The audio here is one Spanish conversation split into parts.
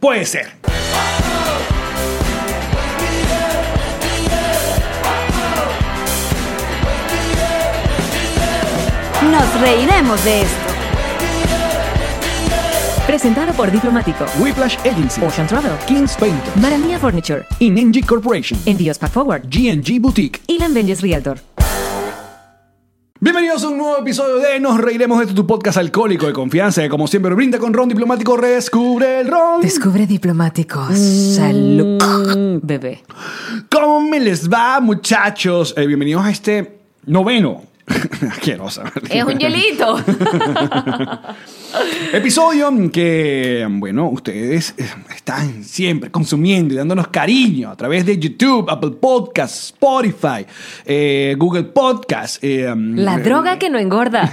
Puede ser. Nos reiremos de esto. Presentado por Diplomático, Whiplash Agency, Ocean Travel, Kings Painter, Maranía Furniture, Inenji Corporation, Envíos Pack Forward, GNG Boutique. y Benjes Realtor. Bienvenidos a un nuevo episodio de Nos Reiremos de Esto, tu podcast alcohólico de confianza que como siempre brinda con ron diplomático. Descubre el ron. Descubre Diplomático. Salud. Mm, Bebé. ¿Cómo me les va, muchachos? Eh, bienvenidos a este noveno. Asquerosa. Es un hielito. Episodio que, bueno, ustedes eh, están siempre consumiendo y dándonos cariño a través de YouTube, Apple Podcasts, Spotify, eh, Google Podcasts. eh, La eh, droga que no engorda.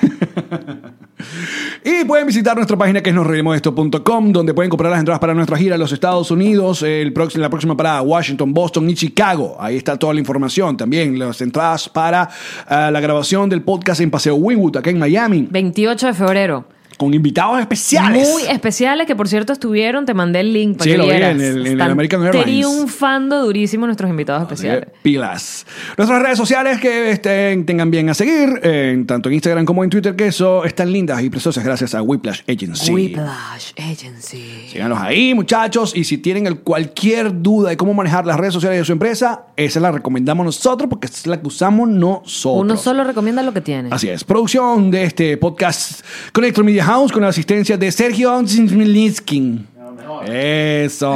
Y pueden visitar nuestra página que es nosreiremosdeesto.com, donde pueden comprar las entradas para nuestra gira a los Estados Unidos, el próximo- la próxima para Washington, Boston y Chicago. Ahí está toda la información. También las entradas para ah, la grabación del podcast en Paseo Winwood, acá en Miami, 28 de febrero. con invitados especiales. Muy especiales que, por cierto, estuvieron. Te mandé el link para Sí, que lo vi en vieras. el- en el Están American Airlines. Triunfando durísimo nuestros invitados especiales. Eh, Pilas. Nuestras redes sociales que estén- tengan bien a seguir, en tanto en Instagram como en Twitter, que eso están lindas y preciosas gracias a Whiplash Agency. Whiplash Agency. Síganos ahí, muchachos. Y si tienen el- cualquier duda de cómo manejar las redes sociales de su empresa, esa la recomendamos nosotros porque es la que usamos nosotros. Uno solo recomienda lo que tiene. Así es. Producción de este podcast Connector Media House con la asistencia de Sergio Zimlinskin. Eso.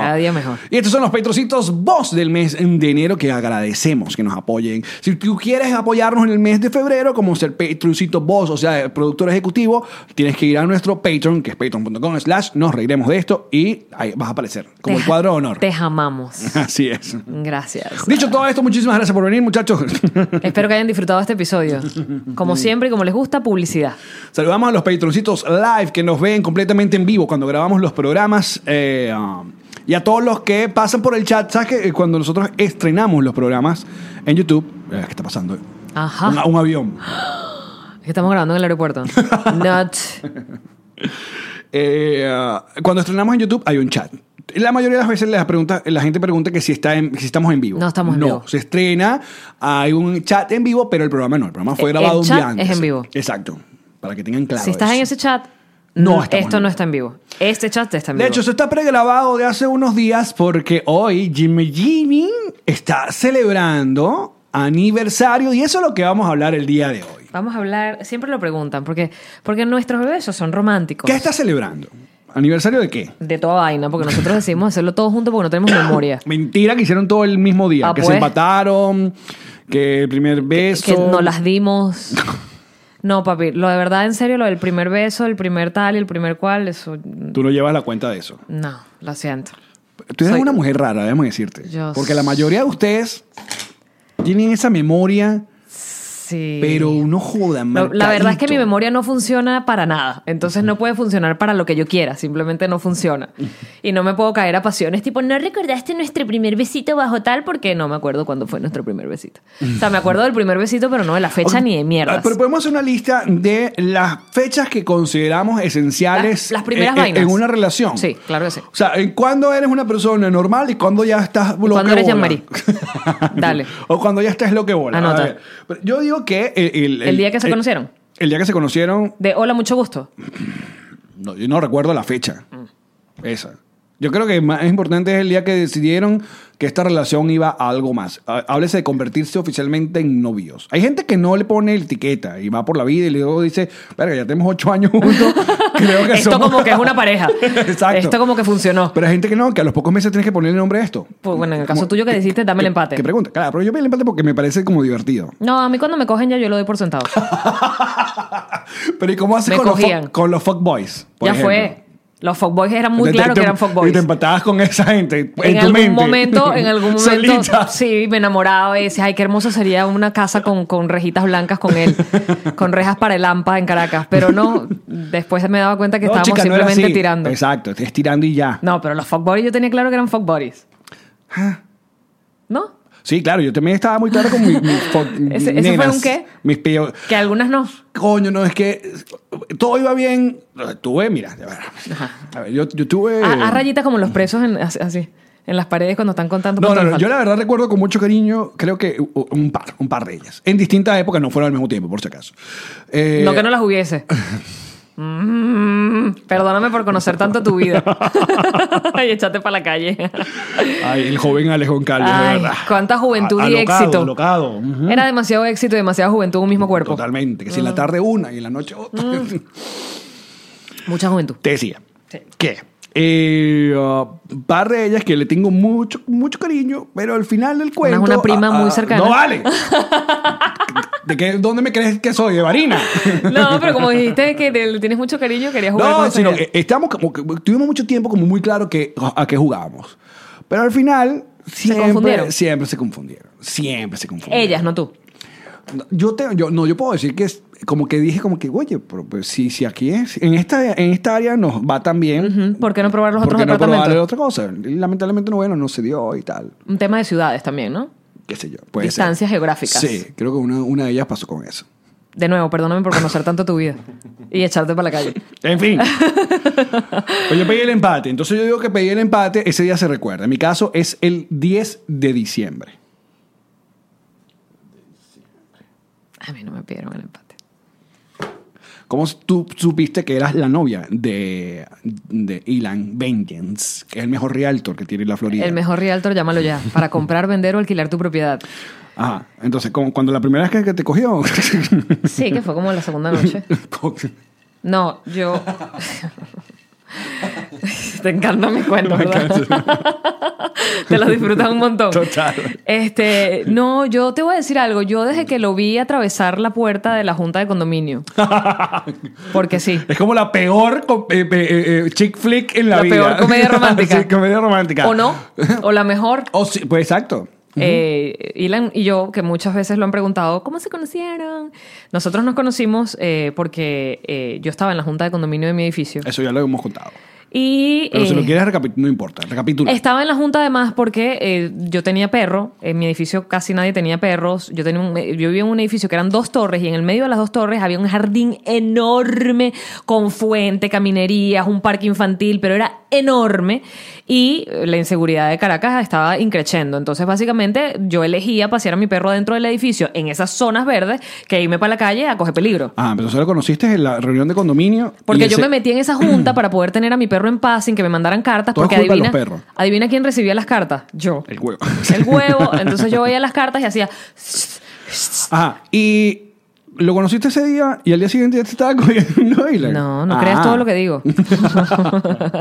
Cada día mejor. Y estos son los petrocitos voz del mes de enero que agradecemos que nos apoyen. Si tú quieres apoyarnos en el mes de febrero como ser petrocito voz, o sea, productor ejecutivo, tienes que ir a nuestro Patreon, que es patreon.com slash nos reiremos de esto y ahí vas a aparecer como Te- el cuadro de honor. Te amamos. Así es. Gracias. Dicho todo esto, muchísimas gracias por venir, muchachos. Espero que hayan disfrutado este episodio. Como siempre y como les gusta, publicidad. Saludamos a los patroncitos live que nos ven completamente en vivo cuando grabamos los programas. eh, um, y a todos los que pasan por el chat. ¿Sabes que eh, cuando nosotros estrenamos los programas en YouTube, eh, ¿qué está pasando? Ajá. Un, un avión. Es que estamos grabando en el aeropuerto. Not. Eh, ah, cuando estrenamos en YouTube hay un chat. La mayoría de las veces la, pregunta, la gente pregunta que si, está en- si estamos en vivo. No estamos en vivo. se estrena, hay un chat en vivo, pero el programa no. El programa fue El- grabado el un chat día antes. es en vivo. Exacto. Para que tengan claro. si estás eso. en ese chat, No no, estamos en esto vivo. no está en vivo. Este chat está en De vivo. hecho, eso está pregrabado de hace unos días porque hoy Jimmy Jimmy está celebrando aniversario y eso es lo que vamos a hablar el día de hoy. Vamos a hablar, siempre lo preguntan, porque, porque nuestros bebés son románticos. ¿Qué está celebrando? ¿Aniversario de qué? De toda vaina, porque nosotros decimos hacerlo todo junto porque no tenemos memoria. Mentira que hicieron todo el mismo día, Ah, que se pues. empataron, que el primer beso. Que no las dimos. No, papi, lo de verdad, en serio, lo del primer beso, el primer tal y el primer cual, eso. Tú no llevas la cuenta de eso. No, lo siento. Tú eres Soy- una mujer rara, déjame decirte. Yo Porque la mayoría de ustedes tienen esa memoria, Sí. pero no jodan. Lo- la verdad es que mi marcadito. memoria no funciona para nada. Entonces no puede funcionar para lo que yo quiera. Simplemente no funciona. Y no me puedo caer a pasiones tipo, ¿no recordaste nuestro primer besito bajo tal? Porque no me acuerdo cuándo fue nuestro primer besito. O sea, me acuerdo del primer besito, pero no de la fecha Ok. ni de Ah, mierdas. Pero podemos hacer una lista de las fechas que consideramos esenciales. Las- las en- primeras eh, en- vainas. En una relación. Sí, claro que sí. O sea, en cuándo eres una persona normal y cuándo ya estás lo cuándo que eres bola? Jean-Marie? Dale. o cuando ya estás lo que bola. Anota. A ver, pero yo digo que. El, ¿El día que se conocieron? El día que se conocieron, De hola, mucho gusto. Mm. no, yo no recuerdo la fecha. Esa. Yo creo que más importante es el día que decidieron que esta relación iba a algo más. Há- Háblese de convertirse oficialmente en novios. Hay gente que no le pone etiqueta y va por la vida y luego dice, verga, ya tenemos ocho años juntos. Creo que Esto somos-" como que es una pareja. Exacto. Esto como que funcionó. Pero hay gente que no, que a los pocos meses tienes que ponerle nombre a esto. Pues bueno, en el caso Como- tuyo que deciste, dame el ¿Qué- empate. ¿Qué pregunta? Claro, pero yo me el empate porque me parece como divertido. No, a mí cuando me cogen ya yo lo doy por sentado. Pero ¿y cómo haces Me con los, cogían. fuck- con los fuckboys? por ya ejemplo? fue. Los fuckboys eran muy Te- claro te- que eran Y te fuckboys. empatabas con esa gente en, En tu algún mente. momento, en algún momento, Solita. sí, me enamoraba y decía, ay, qué hermoso sería una casa con, con rejitas blancas con él, con rejas para el AMPA en Caracas. Pero no, después me daba cuenta que No, estábamos chica, no era simplemente así. tirando. Exacto, es tirando y ya. No, pero los fuckboys yo tenía claro que eran fuckboys. Ah. ¿No? Sí, claro, yo también estaba muy claro con mis mis fo- ¿Ese- ese fue nenas, un qué? Mis peo- Que algunas no. Coño, no, es que todo iba bien. Tuve, mira, a ver, a ver, yo, yo tuve... A, a rayitas como los presos en- así- así, en las paredes cuando están contando. No, cuánto no, les no, falta. yo la verdad recuerdo con mucho cariño, creo que u- un par, un par de ellas. En distintas épocas, no fueron al mismo tiempo, por si acaso. Eh, No que no las hubiese. Mm, perdóname por conocer tanto tu vida. y echarte para la calle. Ay, el joven Alejón Calvo, de Ay, verdad. cuánta juventud A- y alocado, éxito. alocado, ujú. Era demasiado éxito y demasiada juventud en un mismo cuerpo. Totalmente, que si en Mm. la tarde una y en la noche otra. Mucha juventud. Te decía Mm. Sí. que eh, ah, un par de ellas que le tengo mucho, mucho cariño, pero al final del cuento. una prima ah, muy ah, cercana. No vale. ¿De qué, ¿Dónde me crees que soy? ¿De varina? No, pero como dijiste que te- le tienes mucho cariño, querías jugar con No, esa sino idea. que estamos como que tuvimos mucho tiempo como muy claro que a qué jugábamos. Pero al final siempre confundieron. siempre se confundieron. Siempre se confundieron. Ellas, no tú. Yo te, yo, no, yo puedo decir que es como que dije como que, oye, pero, pues, si, si aquí es, en esta, en esta área nos va tan bien. Ujú, ¿Por qué no probar los ¿Por otros qué no departamentos? probarle otra cosa? Y Lamentablemente, no, bueno, no se dio y tal. Un tema de ciudades también, ¿no? Qué sé yo. puede ser. Distancias geográficas. Sí, creo que una, una de ellas pasó con eso. De nuevo, perdóname por conocer tanto tu vida y echarte para la calle. En fin. Pues yo pedí el empate. Entonces yo digo que pedí el empate. Ese día se recuerda. En mi caso es el 10 de diciembre. A mí no me pidieron el empate. ¿Cómo tú supiste que eras la novia de, de Elan Vengeance, que es el mejor realtor que tiene la Florida? El mejor realtor, llámalo ya, para comprar, vender o alquilar tu propiedad. Ajá. Entonces, como cuando la primera vez que- que te cogió. Sí, que fue como la segunda noche. No, yo... Te encantan mis cuentos, Me ¿verdad? Te los disfrutas un montón. Total. Este, no, yo te voy a decir algo. Yo desde que lo vi atravesar la puerta de la junta de condominio. Porque sí. Es como la peor com- eh, eh, eh, chick flick en la, La vida. peor comedia romántica. Sí, comedia romántica. O no, o la mejor. O sí, pues exacto. Eh, Ilan y yo, que muchas veces lo han preguntado, ¿cómo se conocieron? Nosotros nos conocimos eh, porque eh, yo estaba en la junta de condominio de mi edificio. Eso ya lo hemos contado. Y Pero si eh, lo quieres recapitular, no importa. Recapitula. estaba en la junta además porque eh, yo tenía perro. En mi edificio casi nadie tenía perros. Yo, tenía un- yo vivía en un edificio que eran dos torres y en el medio de las dos torres había un jardín enorme con fuente, caminerías, un parque infantil, pero era enorme. Y eh, la inseguridad de Caracas estaba increciendo. Entonces, básicamente, yo elegía pasear a mi perro dentro del edificio en esas zonas verdes que irme para la calle a coger peligro. Ah, pero eso lo conociste en la reunión de condominio. Porque y yo ese- me metí en esa junta para poder tener a mi perro en paz sin que me mandaran cartas. Todo es porque culpa de los adivina, perros. adivina quién recibía las cartas. Yo. El huevo. El huevo. Entonces yo veía las cartas y hacía. Ajá. Y lo conociste ese día y al día siguiente ya te estaba cogiendo Ilan. No, no Ah. creas todo lo que digo.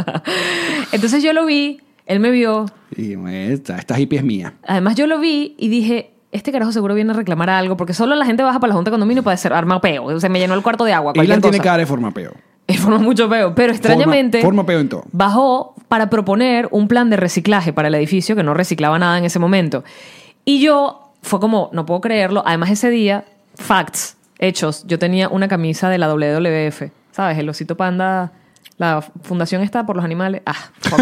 Entonces yo lo vi, él me vio. Y bueno, esta, esta hippie es mía. Además yo lo vi y dije. Este carajo seguro viene a reclamar algo, porque solo la gente baja para la junta de condominio para hacer arma peo. Se me llenó el cuarto de agua. Cualquier Ilan tiene cosa. cara de forma peo. Él forma mucho peo, pero extrañamente. forma peo en todo. Bajó para proponer un plan de reciclaje para el edificio que no reciclaba nada en ese momento. Y yo, fue como, no puedo creerlo. Además, ese día, facts, hechos, yo tenía una camisa de la WWF, ¿sabes? El osito panda. La fundación está por los animales. Ah, fuck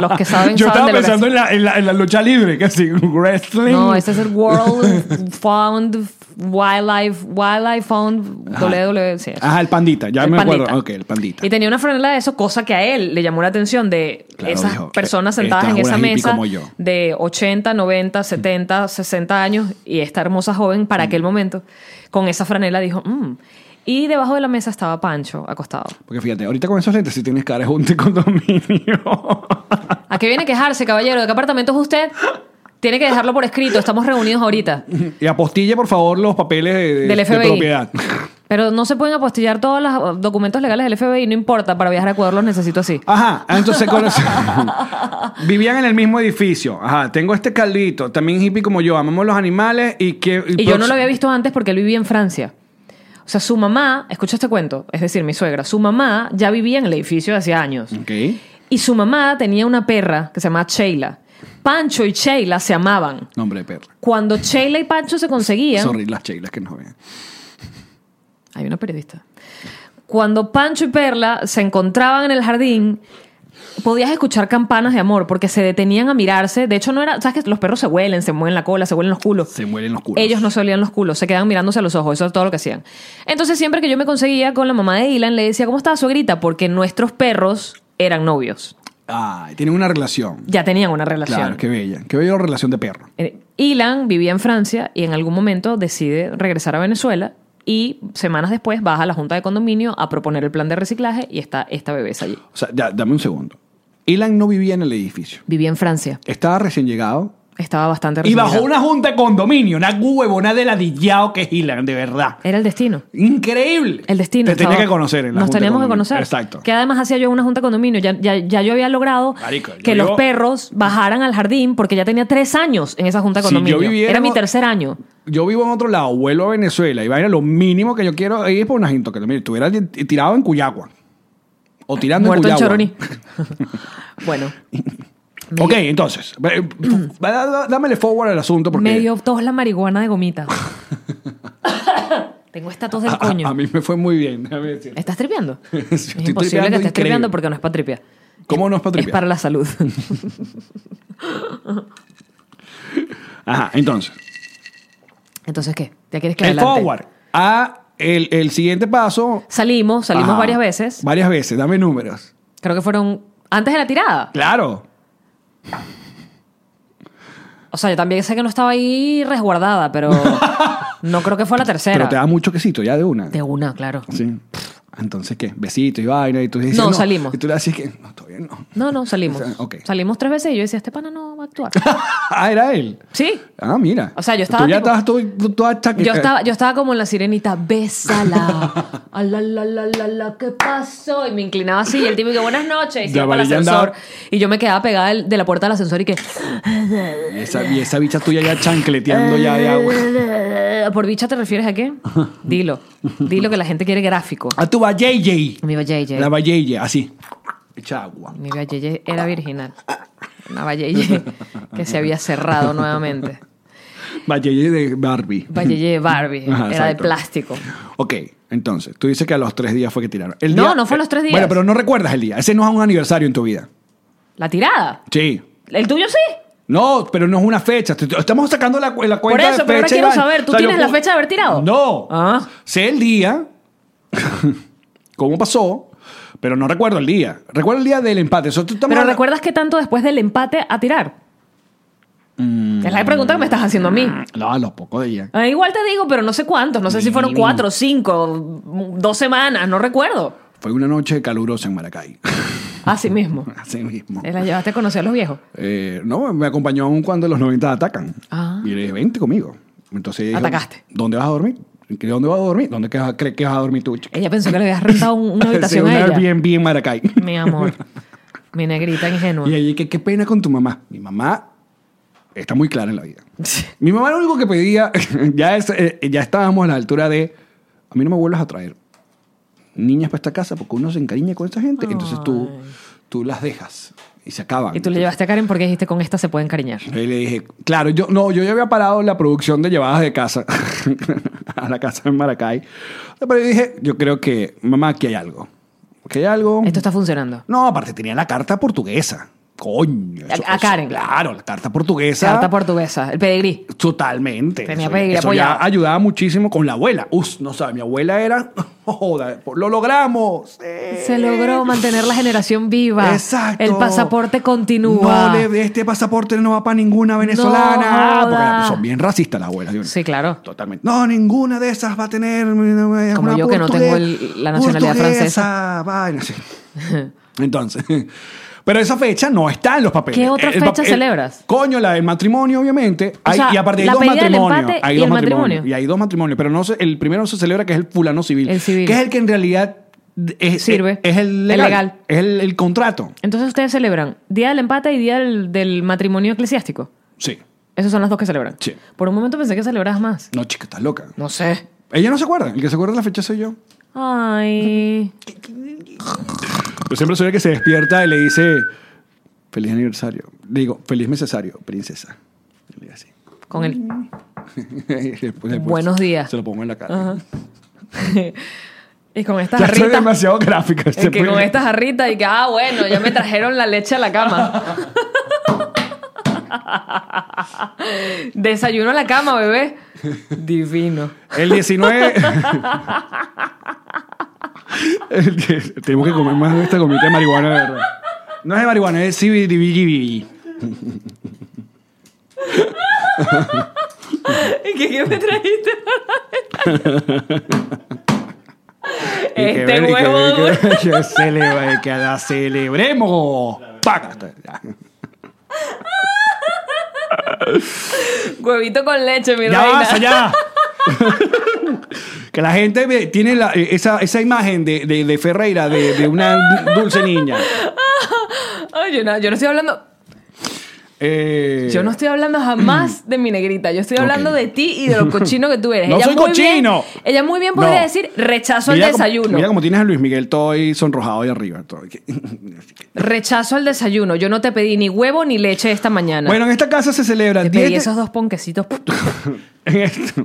Los que saben, Yo saben estaba de lo que- pensando en la, en, la, en la lucha libre, casi wrestling. No, ese es el World Found Wildlife, Wildlife Found Ajá. WWF. E, sí, eso. Ajá, el pandita, ya El me acuerdo. pandita. Ok, el pandita. Y tenía una franela de eso, cosa que a él le llamó la atención de Claro, esas dijo, personas "Esta sentadas es en una esa hippie mesa como yo". de 80, 90, 70, 60 años y esta hermosa joven para aquel momento con esa franela dijo, "Mm, Y debajo de la mesa estaba Pancho, acostado. Porque fíjate, ahorita con esos lentes si tienes cara, es un condominio. ¿A qué viene a quejarse, caballero? ¿De qué apartamento es usted? Tiene que dejarlo por escrito. Estamos reunidos ahorita. y apostille, por favor, los papeles de, de- Del de FBI. propiedad. Pero no se pueden apostillar todos los documentos legales del FBI. No importa, para viajar a Ecuador los necesito así. Ajá, entonces con eso- vivían en el mismo edificio. Ajá, tengo este caldito, también hippie como yo, amamos los animales y que... Y yo no lo había visto antes porque él vivía en Francia. O sea, su mamá, escucha este cuento, es decir, mi suegra, su mamá ya vivía en el edificio de hace años. Ok. Y su mamá tenía una perra que se llamaba Sheila. Pancho y Sheila se amaban. Nombre de perra. Cuando Sheila y Pancho se conseguían... Sorry, las cheilas que nos ven. Hay una periodista. Cuando Pancho y Perla se encontraban en el jardín, podías escuchar campanas de amor porque se detenían a mirarse. De hecho, no era. ¿Sabes que los perros se huelen, se mueven la cola, se huelen los culos? Se mueren los culos. Ellos no se olían los culos, se quedaban mirándose a los ojos, eso es todo lo que hacían. Entonces, siempre que yo me conseguía con la mamá de Dylan, le decía, ¿cómo está su grita? Porque nuestros perros eran novios. Ay, tienen una relación. Ya tenían una relación. Claro, qué bella. Qué bella relación de perro. Eh, Ilan vivía en Francia y en algún momento decide regresar a Venezuela y semanas después baja a la junta de condominio a proponer el plan de reciclaje y está esta bebés allí. O sea, ya, dame un segundo. Elan no vivía en el edificio. Vivía en Francia. Estaba recién llegado. Estaba bastante Y bajo resignado. una junta de condominio, una huevona de ladillao que es Elan, de verdad. Era el destino. Increíble. El destino. Te tenía estaba- que conocer en la Nos junta de teníamos que condominio. conocer. Exacto. Que además hacía yo una junta de condominio. Ya, ya, ya yo había logrado Marico, yo que los vivo- perros bajaran al jardín porque ya tenía tres años en esa junta de Si yo condominio. viviera- Era mi tercer año. Yo vivo en otro lado, vuelo a Venezuela y vaya, lo mínimo que yo quiero es ir por una gente que mire, estuviera t- tirado en Cuyagua. O tirando Muerto en en Cuyagua. Choroní. bueno. ok, entonces, eh, va- da- da- dámele forward al asunto porque Me dio tos la marihuana de gomita. Tengo esta tos del a, coño. a- a mí me fue muy bien, déjame decir. ¿Estás tripeando? es estoy imposible tripeando que estés increíble. tripeando porque no es para tripear. ¿Cómo no es para Es tripear? para la salud. Ajá, entonces, Entonces, ¿qué? ¿Ya quieres que el adelante? forward a el, el siguiente paso. Salimos, salimos Ajá, varias veces. Varias veces, dame números. Creo que fueron antes de la tirada. Claro. O sea, yo también sé que no estaba ahí resguardada, pero no creo que fue la tercera. Pero te da mucho quesito ya de una. De una, claro. Sí. Entonces, ¿qué? Besitos y vaina y tú dices, No, salimos. Y tú le dices que no, todavía no. No, no, salimos. O sea, ok. Salimos tres veces y yo decía, este pana no va a actuar. ah, era él. sí. Ah, mira. O sea, yo estaba Tú ya tipo- estabas todo- tú- toda chaque- Yo estaba, yo estaba como en la sirenita, bésala. A la, la, la, la, la, ¿qué pasó? Y me inclinaba así, y el tipo que buenas noches. Y, Ya, iba para vale, el ya ascensor. andaba. y yo me quedaba pegada del- de la puerta del ascensor y que, eh, Y esa, y esa bicha tuya ya chancleteando ya de agua. "Eh, ¿por bicha te refieres a qué? Dilo. Dilo que la gente quiere gráfico. A tu va JJ. Mi iba JJ. Ah, La va JJ, así. Echa agua. Mi Valle era virginal. Una Valle que se había cerrado nuevamente. Va JJ de Barbie. Valle Barbie. Ajá, era de exacto. plástico. Ok, entonces, tú dices que a los tres días fue que tiraron. El No, día- no fue a los tres días. Bueno, pero no recuerdas el día. Ese no es un aniversario en tu vida. La tirada. Sí. ¿El tuyo sí? No, pero no es una fecha. Te- te- Estamos sacando la, cu- la cuenta eso, de fecha. pero ahora y quiero vaina. saber, ¿tú yo tienes la puedo- fecha de haber tirado? No. Ah. Sé el día, cómo pasó, pero no recuerdo el día. Recuerdo el día del empate. Eso tú estamos Pero hablando- ¿recuerdas qué tanto después del empate a tirar? Mm, Es la pregunta que me estás haciendo a mí. No, a los pocos días. Ah, igual te digo, pero no sé cuántos. No sé si fueron cuatro, cinco, dos semanas, no recuerdo. Fue una noche calurosa en Maracay. Así mismo. Así mismo. Eh, La llevaste a conocer a los viejos. Eh, no, me acompañó un cuando los 90 atacan. Ah. Y le dije, vente conmigo. Entonces ella dijo, Atacaste. ¿Dónde vas a dormir? ¿Dónde vas a dormir? ¿Dónde que vas- crees que vas a dormir tú? chica?" Ella pensó que le habías rentado un- una Sí, habitación una a ella. Airbnb en Maracay. Mi amor. Mi negrita ingenua. Y allí, ¿qué, qué pena con tu mamá. Mi mamá está muy clara en la vida. Mi mamá lo único que pedía, ya, es, eh, ya estábamos a la altura de, a mí no me vuelvas a traer niñas para esta casa porque uno se encariña con esta gente, entonces tú, tú las dejas y se acaban. Y tú le llevaste a Karen porque dijiste, con esta se puede encariñar. Y le dije, claro, yo no, yo ya había parado la producción de llevadas de casa a la casa en Maracay. Pero yo dije, yo creo que, mamá, aquí hay algo. Aquí hay algo. Esto está funcionando. No, aparte tenía la carta portuguesa. coño. A- eso- a eso- Karen. Claro, la carta portuguesa. Carta portuguesa, el pedigrí. Totalmente. Tenía eso, pedigrí eso apoyado. ya ayudaba muchísimo con la abuela. Us, no sabes, mi abuela era. Joda, lo logramos. eh. Se logró mantener la generación viva. Exacto. El pasaporte continúa. No le- este pasaporte no va para ninguna venezolana. Ah, No porque joda. son bien racistas las abuelas. ¿sí? Sí, claro. Totalmente. No, ninguna de esas va a tener. Como yo que no tengo el- la nacionalidad francesa. Vaina, sí. Entonces. Pero esa fecha no está en los papeles. ¿Qué otra El pa- fecha el- celebras? coño, la del matrimonio, obviamente. Hay- sea, y aparte hay la dos pedida del matrimonios. empate hay y dos el matrimonio. matrimonios, Y hay dos matrimonios. Pero no se- el primero se celebra que es el fulano civil. El civil. Que es el que en realidad es, Sirve. Es, el El legal. legal. Es el, el contrato. Entonces ustedes celebran Día del Empate y Día del, del Matrimonio Eclesiástico. Sí. Esos son los dos que celebran. Sí. Por un momento pensé que celebrabas más. No, chica, estás loca. No sé. Ella no se acuerda. El que se acuerda de la fecha soy yo. Ay. Yo Pues siempre soy el que se despierta y le dice, feliz aniversario. Le digo, feliz necesario, princesa. Y le digo así. Con el. Y después- después Buenos días. Se lo pongo en la cara. y con esta Ya soy jarrita. demasiado gráfica. este Y que con primer- esta jarrita y que, ah, bueno, ya me trajeron la leche a la cama. Desayuno a la cama, bebé. Divino. El 19... El que- Tenemos que comer más de esta comida de marihuana, de verdad. No es de marihuana, es CBDBGB. ¿Y qué, qué me trajiste? Y que este ver, y que huevo ver, duro. y que- que celebra- que la celebremos. Pac. Ya. Huevito con leche, mi Ya reina. vas allá. que la gente ve- tiene la- eh, esa, esa imagen de, de- de Ferreira, de, de una du- dulce niña. Ay, yo, no, yo no estoy hablando. Eh, Yo no estoy hablando jamás de mi negrita. Yo estoy hablando Ok. de ti y de lo cochino que tú eres. No ella soy muy cochino. Bien, ella muy bien podría No. decir rechazo al mira cómo- desayuno. mira como tienes a Luis Miguel todo ahí sonrojado ahí arriba. todo. Rechazo al desayuno. Yo no te pedí ni huevo ni leche esta mañana. Bueno, en esta casa se celebra te 10 pedí de- esos dos ponquecitos. en, esto-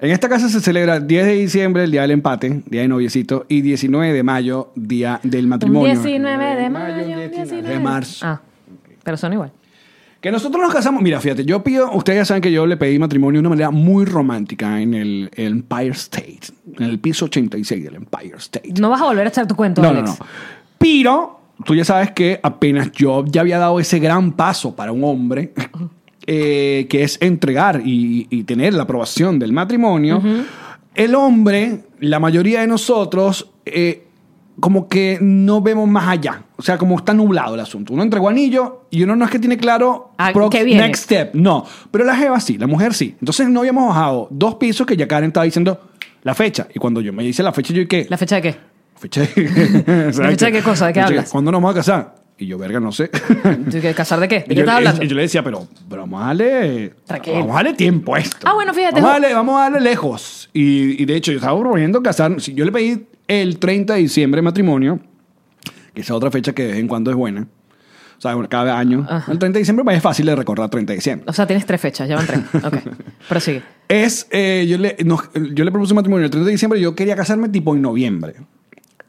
en esta casa se celebra 10 de diciembre, el día del empate, día de noviecito, y 19 de mayo, día del matrimonio. 19 de mayo, un 19 de 19. marzo. Ah, pero son igual. Que nosotros nos casamos. Mira, fíjate, yo pido, ustedes ya saben que yo le pedí matrimonio de una manera muy romántica en el Empire State, en el piso 86 del Empire State. No vas a volver a echar tu cuento, No, no, Alex. no. Pero tú ya sabes que apenas yo ya había dado ese gran paso para un hombre, eh, que es entregar y, y tener la aprobación del matrimonio, el hombre, la mayoría de nosotros, eh, como que no vemos más allá. O sea, como está nublado el asunto. Uno entregó anillo y uno no es que tiene claro Ah, prox- ¿qué viene? next step. No. Pero la jeva sí, la mujer sí. Entonces no habíamos bajado dos pisos que ya Karen estaba diciendo la fecha. Y cuando yo me hice la fecha, yo dije... ¿La fecha de qué? Fecha de... fecha de qué cosa? ¿De qué Fecha hablas? ¿Cuándo nos vamos a casar? Y yo, verga, no sé. ¿De qué? ¿Casar de qué? Y ¿De qué yo, estás hablando? y yo le decía, pero, pero vamos a darle... Tranquilo. Vamos a darle tiempo a esto. Ah, bueno, fíjate, Vamos a jo- darle, vamos a darle lejos. Y, y de hecho, yo estaba proponiendo casarnos. Si yo le pedí el 30 de diciembre matrimonio, que esa otra fecha que de vez en cuando es buena, o sea, bueno, cada año. Ajá. El 30 de diciembre pues, es fácil de recordar 30 de diciembre. O sea, tienes tres fechas, ya van tres. Ok, prosigue. Es, eh, yo, le, nos- yo le propuse matrimonio el 30 de diciembre y yo quería casarme tipo en noviembre.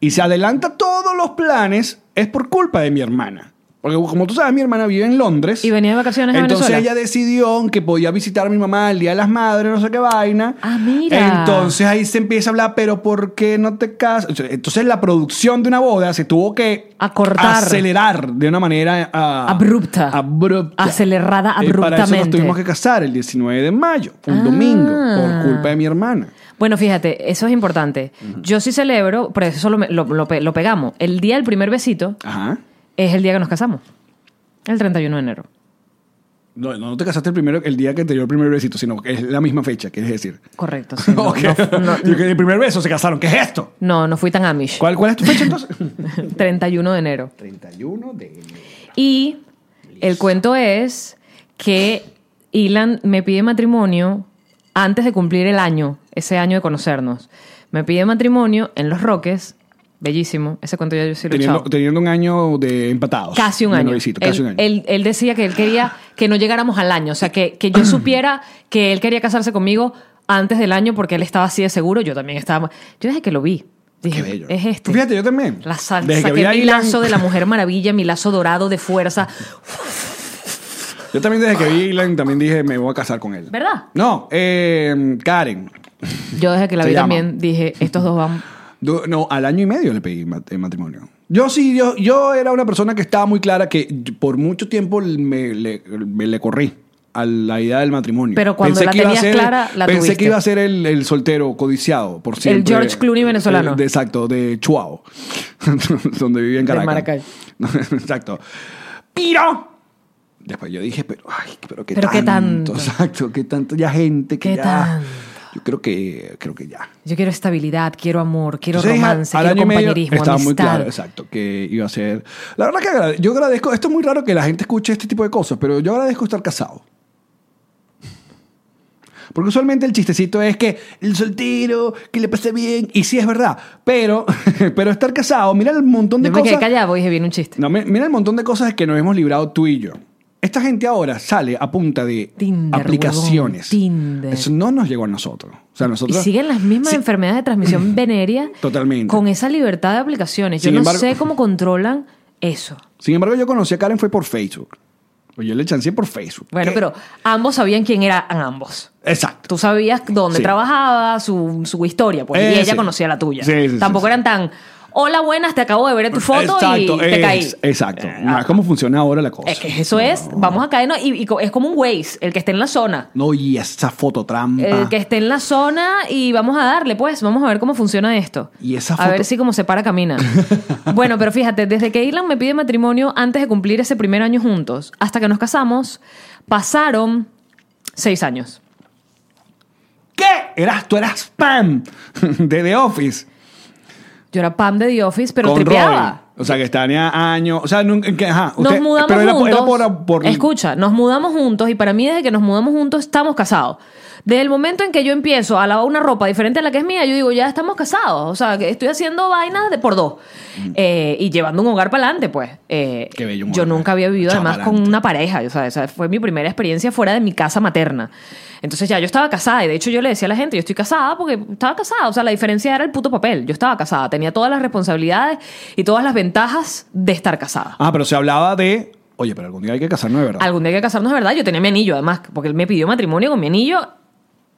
Y se adelanta todos los planes, es por culpa de mi hermana. Porque como tú sabes, mi hermana vive en Londres. Y venía de vacaciones a Entonces Venezuela. ella decidió que podía visitar a mi mamá el Día de las Madres, no sé qué vaina. Ah, mira. Entonces ahí se empieza a hablar, pero ¿por qué no te casas? Entonces la producción de una boda se tuvo que Acortar. acelerar de una manera ah, Abrupta. Abrupta. Acelerada Y para eso nos abruptamente. tuvimos que casar el 19 de mayo, un Ah. domingo, por culpa de mi hermana. Bueno, fíjate, eso es importante. Yo sí celebro, pero eso lo, me- lo- lo pe- lo pegamos. El día del primer besito Ajá. es el día que nos casamos. El 31 de enero. No, no te casaste el primero, el día que te dio el primer besito, sino que es la misma fecha, quieres decir. Correcto. sí, no, Ok. no, no, Yo que el primer beso se casaron. ¿Qué es esto? no, no fui tan amish. ¿Cuál, cuál es tu fecha entonces? 31 de enero. 31 de enero. Y el cuento es que Ilan me pide matrimonio antes de cumplir el año, ese año de conocernos. Me pide matrimonio en Los Roques, bellísimo. Ese cuento ya yo sí lo he Teniendo, echado. teniendo un año de empatados. Casi un De año. novicito, casi él, un año. Él, él decía que él quería que no llegáramos al año, o sea, que, que yo supiera que él quería casarse conmigo antes del año porque él estaba así de seguro, yo también estaba... Yo desde que lo vi, Dije, Qué bello. es este. Fíjate, yo también. La Desde salsa, que que vi a mi Ilan- lazo de la Mujer Maravilla, mi lazo dorado de fuerza. Yo también desde que vi Ilan también dije, me voy a casar con él. ¿Verdad? No, eh, Karen. Yo desde que la Se vi llama. también dije, estos dos van... Du- No, al año y medio le pedí mat- el matrimonio. Yo sí, yo, yo era una persona que estaba muy clara que por mucho tiempo me le, me le corrí a la idea del matrimonio. Pero cuando la que iba a tenías ser- clara, la Pensé tuviste. que iba a ser el, el soltero codiciado, por siempre. George Clooney venezolano. Eh, de- exacto, de Chuao, donde vivía en De Caracas. Maracay. exacto. ¡Piro! Después yo dije, pero, ay, pero qué Pero tanto. qué tanto. Exacto, qué tanto. Ya gente, que Qué ya. tanto. Yo creo que, creo que ya. Yo quiero estabilidad, quiero amor, quiero Entonces, romance, al quiero año y medio compañerismo, Estaba amistad. muy claro, exacto, que iba a ser... La verdad que agrade- yo agradezco... Esto es muy raro que la gente escuche este tipo de cosas, pero yo agradezco estar casado. Porque usualmente el chistecito es que el soltero, que le pase bien, y sí es verdad, pero, pero estar casado, mira el montón de Yo me cosas... quedé callado y dije, viene un chiste. No, mi- mira el montón de cosas que nos hemos librado tú y yo. Esta gente ahora sale a punta de Tinder, aplicaciones. huevón, Tinder. Eso no nos llegó a nosotros. O sea, Y nosotros... siguen las mismas Sí. enfermedades de transmisión venérea. Totalmente. Con esa libertad de aplicaciones. Yo Sin no embargo- sé cómo controlan eso. Sin embargo, yo conocí a Karen fue por Facebook. O yo le chancé por Facebook. Bueno, ¿Qué? pero ambos sabían quién eran ambos. Exacto. Tú sabías dónde Sí. trabajaba, su, su historia, pues, Eh, y ella sí. conocía la tuya. Sí, sí, sí, Tampoco sí. eran tan, hola, buenas, te acabo de ver tu foto y Exacto, te es- caí. Exacto. Eh, No, es como funciona ahora la cosa. Es que eso es, No. vamos a caernos, y, y co- es como un Waze, el que esté en la zona. No, y esa fototrampa. El Eh, que esté en la zona y vamos a darle, pues, vamos a ver cómo funciona esto. Y esa A foto- ver si como se para camina. bueno, pero fíjate, desde que Ilan me pide matrimonio antes de cumplir ese primer año juntos, hasta que nos casamos, pasaron seis años. ¿Qué? Eras, tú eras spam de The Office. Yo era Pam de The Office, pero con tripeaba. Robin. O sea, que tenía años. O sea, nunca. que- ajá, Nos usted- mudamos pero era, juntos. Era por, por- Escucha, nos mudamos juntos y para mí desde que nos mudamos juntos estamos casados. Desde el momento en que yo empiezo a lavar una ropa diferente a la que es mía, yo digo, ya estamos casados. O sea, que estoy haciendo vainas de por dos. Eh, y llevando un hogar para adelante, pues. Eh, Mm. Qué bello, yo mujer. nunca había vivido Chao, además pa'lante. con una pareja. O sea, esa fue mi primera experiencia fuera de mi casa materna. Entonces ya yo estaba casada y de hecho yo le decía a la gente, yo estoy casada porque estaba casada. O sea, la diferencia era el puto papel. Yo estaba casada, tenía todas las responsabilidades y todas las ventajas de estar casada. Ah, pero se hablaba de. Oye, pero algún día hay que casarnos de verdad. Algún día hay que casarnos, ¿verdad? Yo tenía mi anillo, además, porque él me pidió matrimonio con mi anillo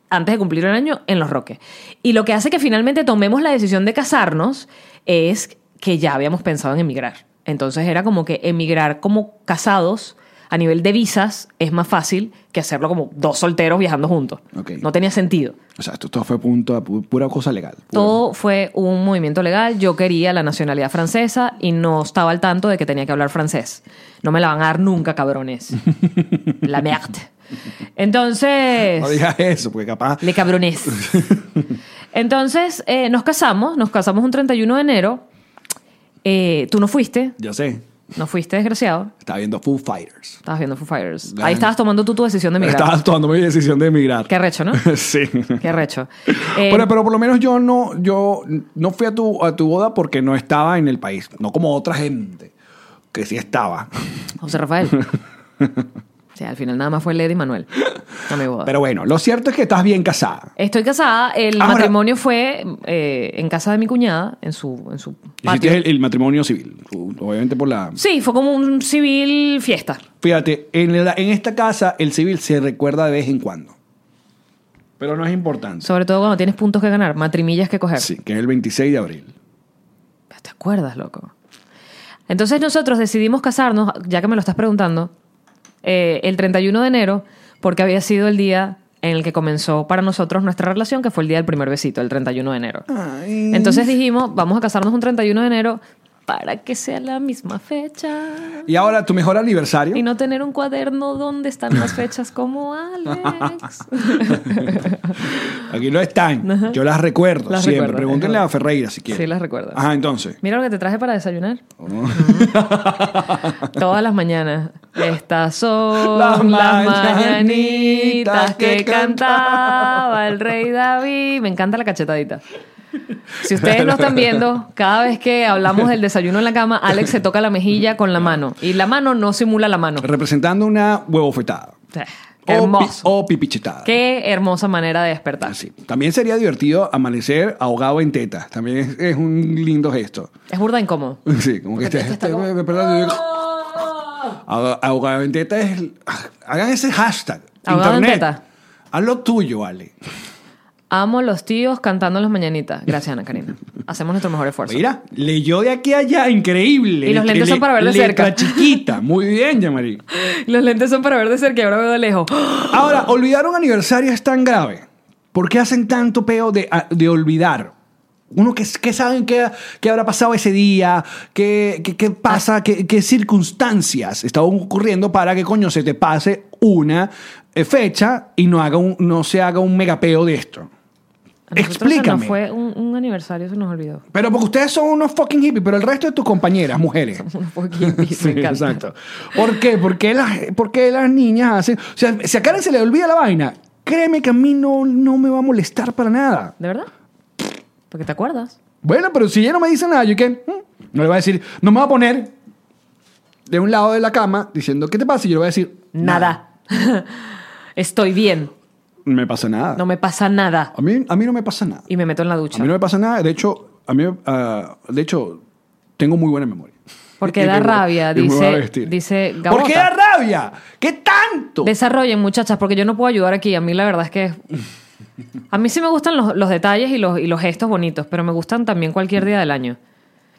antes de cumplir el año en Los Roques. Y lo que hace que finalmente tomemos la decisión de casarnos es que ya habíamos pensado en emigrar. Entonces era como que emigrar como casados a nivel de visas es más fácil que hacerlo como dos solteros viajando juntos. Ok. No tenía sentido. O sea, esto, esto fue punto, pu- pura cosa legal. Pura- Todo fue un movimiento legal. Yo quería la nacionalidad francesa y no estaba al tanto de que tenía que hablar francés. No me la van a dar nunca, cabrones. la merde. No Entonces, digas eso, porque capaz. le cabrones. Entonces, eh, nos casamos. Nos casamos un 31 de enero. Eh, Tú no fuiste. Ya sé. No fuiste, desgraciado. Estaba viendo Foo Fighters. Estabas viendo Foo Fighters. Gran- Ahí estabas tomando tú tu decisión de emigrar. Estaba tomando mi decisión de emigrar. Qué recho, ¿no? sí. Qué recho. Eh, Bueno, pero por lo menos yo no, yo no fui a tu, a tu boda porque no estaba en el país. No como otra gente que sí estaba. José Rafael. O sea, al final nada más fue Lady Manuel. No me boda. Pero Ah, bueno, lo cierto es que estás bien casada. Estoy casada. El Ahora- matrimonio fue eh, en casa de mi cuñada, en su, en su patio. Hiciste el, el matrimonio civil. Obviamente por la... Ah, Sí, fue como un civil fiesta. Fíjate, en, la- en esta casa el civil se recuerda de vez en cuando. Pero no es importante. Sobre todo cuando tienes puntos que ganar, matrimillas que coger. Sí, que es el 26 de abril. ¿Te acuerdas, loco? Entonces nosotros decidimos casarnos, ya que me lo estás preguntando, eh, el 31 de enero, porque había sido el día en el que comenzó para nosotros nuestra relación, que fue el día del primer besito, el 31 de enero. Ah. Entonces dijimos, vamos a casarnos un 31 de enero para que sea la misma fecha. Y ahora tu mejor aniversario. Y no tener un cuaderno donde están las fechas como Alex. Aquí no están. Ajá. Yo las recuerdo Las siempre. recuerdo, Pregúntenle ajá. a Ferreira si quieren. Sí, las recuerdo. Ajá, entonces. Mira lo que te traje para desayunar. Oh. Todas las mañanas. Estas son Las las mañanitas mañanitas que que cantaba cantaba el rey David. Me encanta la cachetadita. Si ustedes no están viendo, cada vez que hablamos del desayuno en la cama, Alex se toca la mejilla con la mano. Y la mano no simula la mano. Representando una huevofetada. Hermoso. O, pi- o pipichetada. Qué hermosa manera de despertar. Así. También sería divertido amanecer ahogado en tetas. También es, es un lindo gesto. Es burda incómodo. Sí, como que estés- eh, perdón, yo digo, Ah. ahoga- Ahogado en tetas es. Hagan ese hashtag. Ahogado en Internet. teta. Haz lo tuyo, vale. Amo los tíos cantando las mañanitas. Gracias, Ana Karina. Hacemos nuestro mejor esfuerzo. Mira, leyó de aquí a allá, increíble. Y los lentes son para ver de letra cerca. chiquita. Muy bien, Yamari. Los lentes son para ver de cerca y ahora veo de lejos. ¡Ah! Ahora, olvidar un aniversario es tan grave. ¿Por qué hacen tanto peo de, de olvidar? Uno que, que saben qué, qué habrá pasado ese día, qué, qué- qué pasa, qué, qué circunstancias estaban ocurriendo para que coño se te pase una eh, fecha y no, haga un, no se haga un megapeo de esto. A nosotros se nos Explícame. fue un, un aniversario, se nos olvidó. Pero porque ustedes son unos fucking hippies, pero el resto de tus compañeras, mujeres. Un poquito, me Sí, encanta. exacto. ¿Por qué? ¿Por qué las, por qué las niñas hacen...? O sea, si a Karen se le olvida la vaina, créeme que a mí no, no me va a molestar para nada. ¿De verdad? Porque te acuerdas. Bueno, pero si ella no me dice nada, yo qué... Mm. No le voy a decir... No me va a poner de un lado de la cama diciendo, ¿qué te pasa? Y yo le voy a decir... Nada. Estoy bien. No me pasa nada. No me pasa nada. A, mí, a mí no me pasa nada. Y me meto en la ducha. A mí no me pasa nada. De hecho, a mí... ah, de hecho, tengo muy buena memoria. Porque Y da tengo- rabia, y me voy a dice- vestir. dice ¿Por qué Gabota. da rabia? ¿Qué tanto? Desarrollen, muchachas, porque yo no puedo ayudar aquí. A mí la verdad es que... A mí sí me gustan los, los detalles y los, y los gestos bonitos, pero me gustan también cualquier día del año.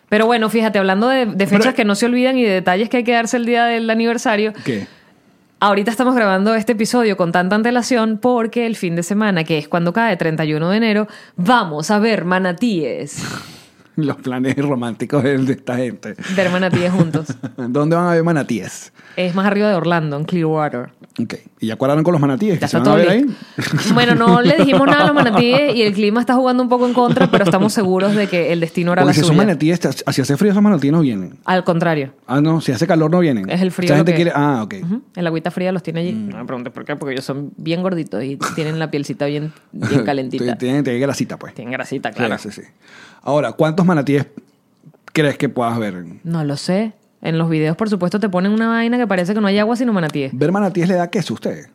Pero bueno, fíjate, hablando de, de fechas Pero- que no se olvidan y de detalles que hay que darse el día del aniversario, ¿Qué? ahorita estamos grabando este episodio con tanta antelación porque el fin de semana, que es cuando cae 31 de enero, vamos a ver manatíes. Los planes románticos de, de esta gente. Ver manatíes juntos. ¿Dónde van a ver manatíes? Es más arriba de Orlando, en Clearwater. Ok. ¿Y ya acordaron con los manatíes? Ya que se está van a todo ver ahí? listo. Bueno, no le dijimos nada a los manatíes y el clima está jugando un poco en contra, pero estamos seguros de que el destino era Porque si la son suya. manatíes, si hace frío esos manatíes no vienen. Al contrario. Ah, no, si hace calor no vienen. Es el frío Esta lo gente que- quiere... Ah, ok. Mm. Ujú. El agüita fría los tiene allí. No me preguntes por qué, porque ellos son bien gorditos y tienen la pielcita bien, bien calentita. Tienen que llegar la cita, pues. tienen grasita, Sí, claro. Sí, sí. Ahora, ¿cuántos manatíes crees que puedas ver? No lo sé. En los videos, por supuesto, te ponen una vaina que parece que no hay agua sino manatíes. ¿Ver manatíes le da queso a usted?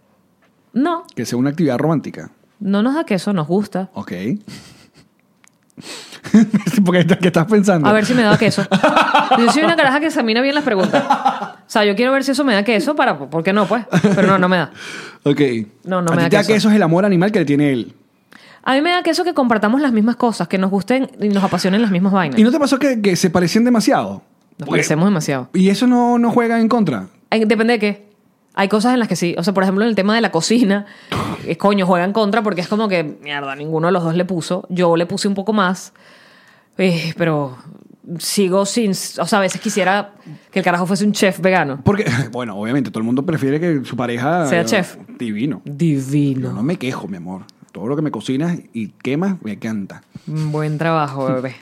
No, Que sea una actividad romántica. no nos da que eso nos gusta. Ok. Porque ¿qué estás pensando? A ver si me da queso. Yo soy una caraja que examina bien las preguntas. O sea, yo quiero ver si eso me da queso para... ¿Por qué no, pues? Pero no, no me da. Ok. No, no A me ti da te da queso. queso es el amor animal que le tiene él. A mí me da que eso que compartamos las mismas cosas, que nos gusten y nos apasionen las mismas vainas. ¿Y no te pasó que, que se parecían demasiado? Nos Porque- parecemos demasiado. Y eso no, no juega en contra. Ay, Depende de qué. Hay cosas en las que sí. O sea, por ejemplo, en el tema de la cocina, eh, coño, juegan contra porque es como que, mierda, ninguno de los dos le puso. Yo le puse un poco más, eh, pero sigo sin... O sea, a veces quisiera que el carajo fuese un chef vegano. Porque, bueno, obviamente todo el mundo prefiere que su pareja eh, Sea chef. Divino. Divino. No, no me quejo, mi amor. Todo lo que me cocinas y quemas me encanta. Buen trabajo, bebé.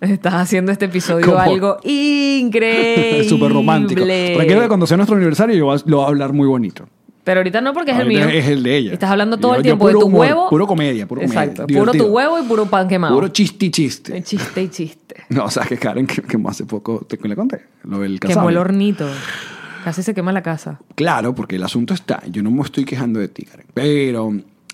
Estás haciendo este episodio ¿Cómo? algo increíble. Es súper romántico. Recuerda que cuando sea nuestro aniversario yo vas- lo voy a hablar muy bonito. Pero ahorita no, porque es el Ahorita mío. Es el de ella. Y Estás hablando todo Yo- el yo tiempo de puro tu humor, huevo. Puro comedia, puro comedia. Exacto. Puro tu divertido. huevo y puro pan quemado. Puro chiste y chiste. chiste y chiste. No, o sea, que Karen que- quemó hace poco, te le conté, lo del Quemó casabe. el hornito. Casi se quema la casa. Claro, porque el asunto está, yo no me estoy quejando de ti, Karen, pero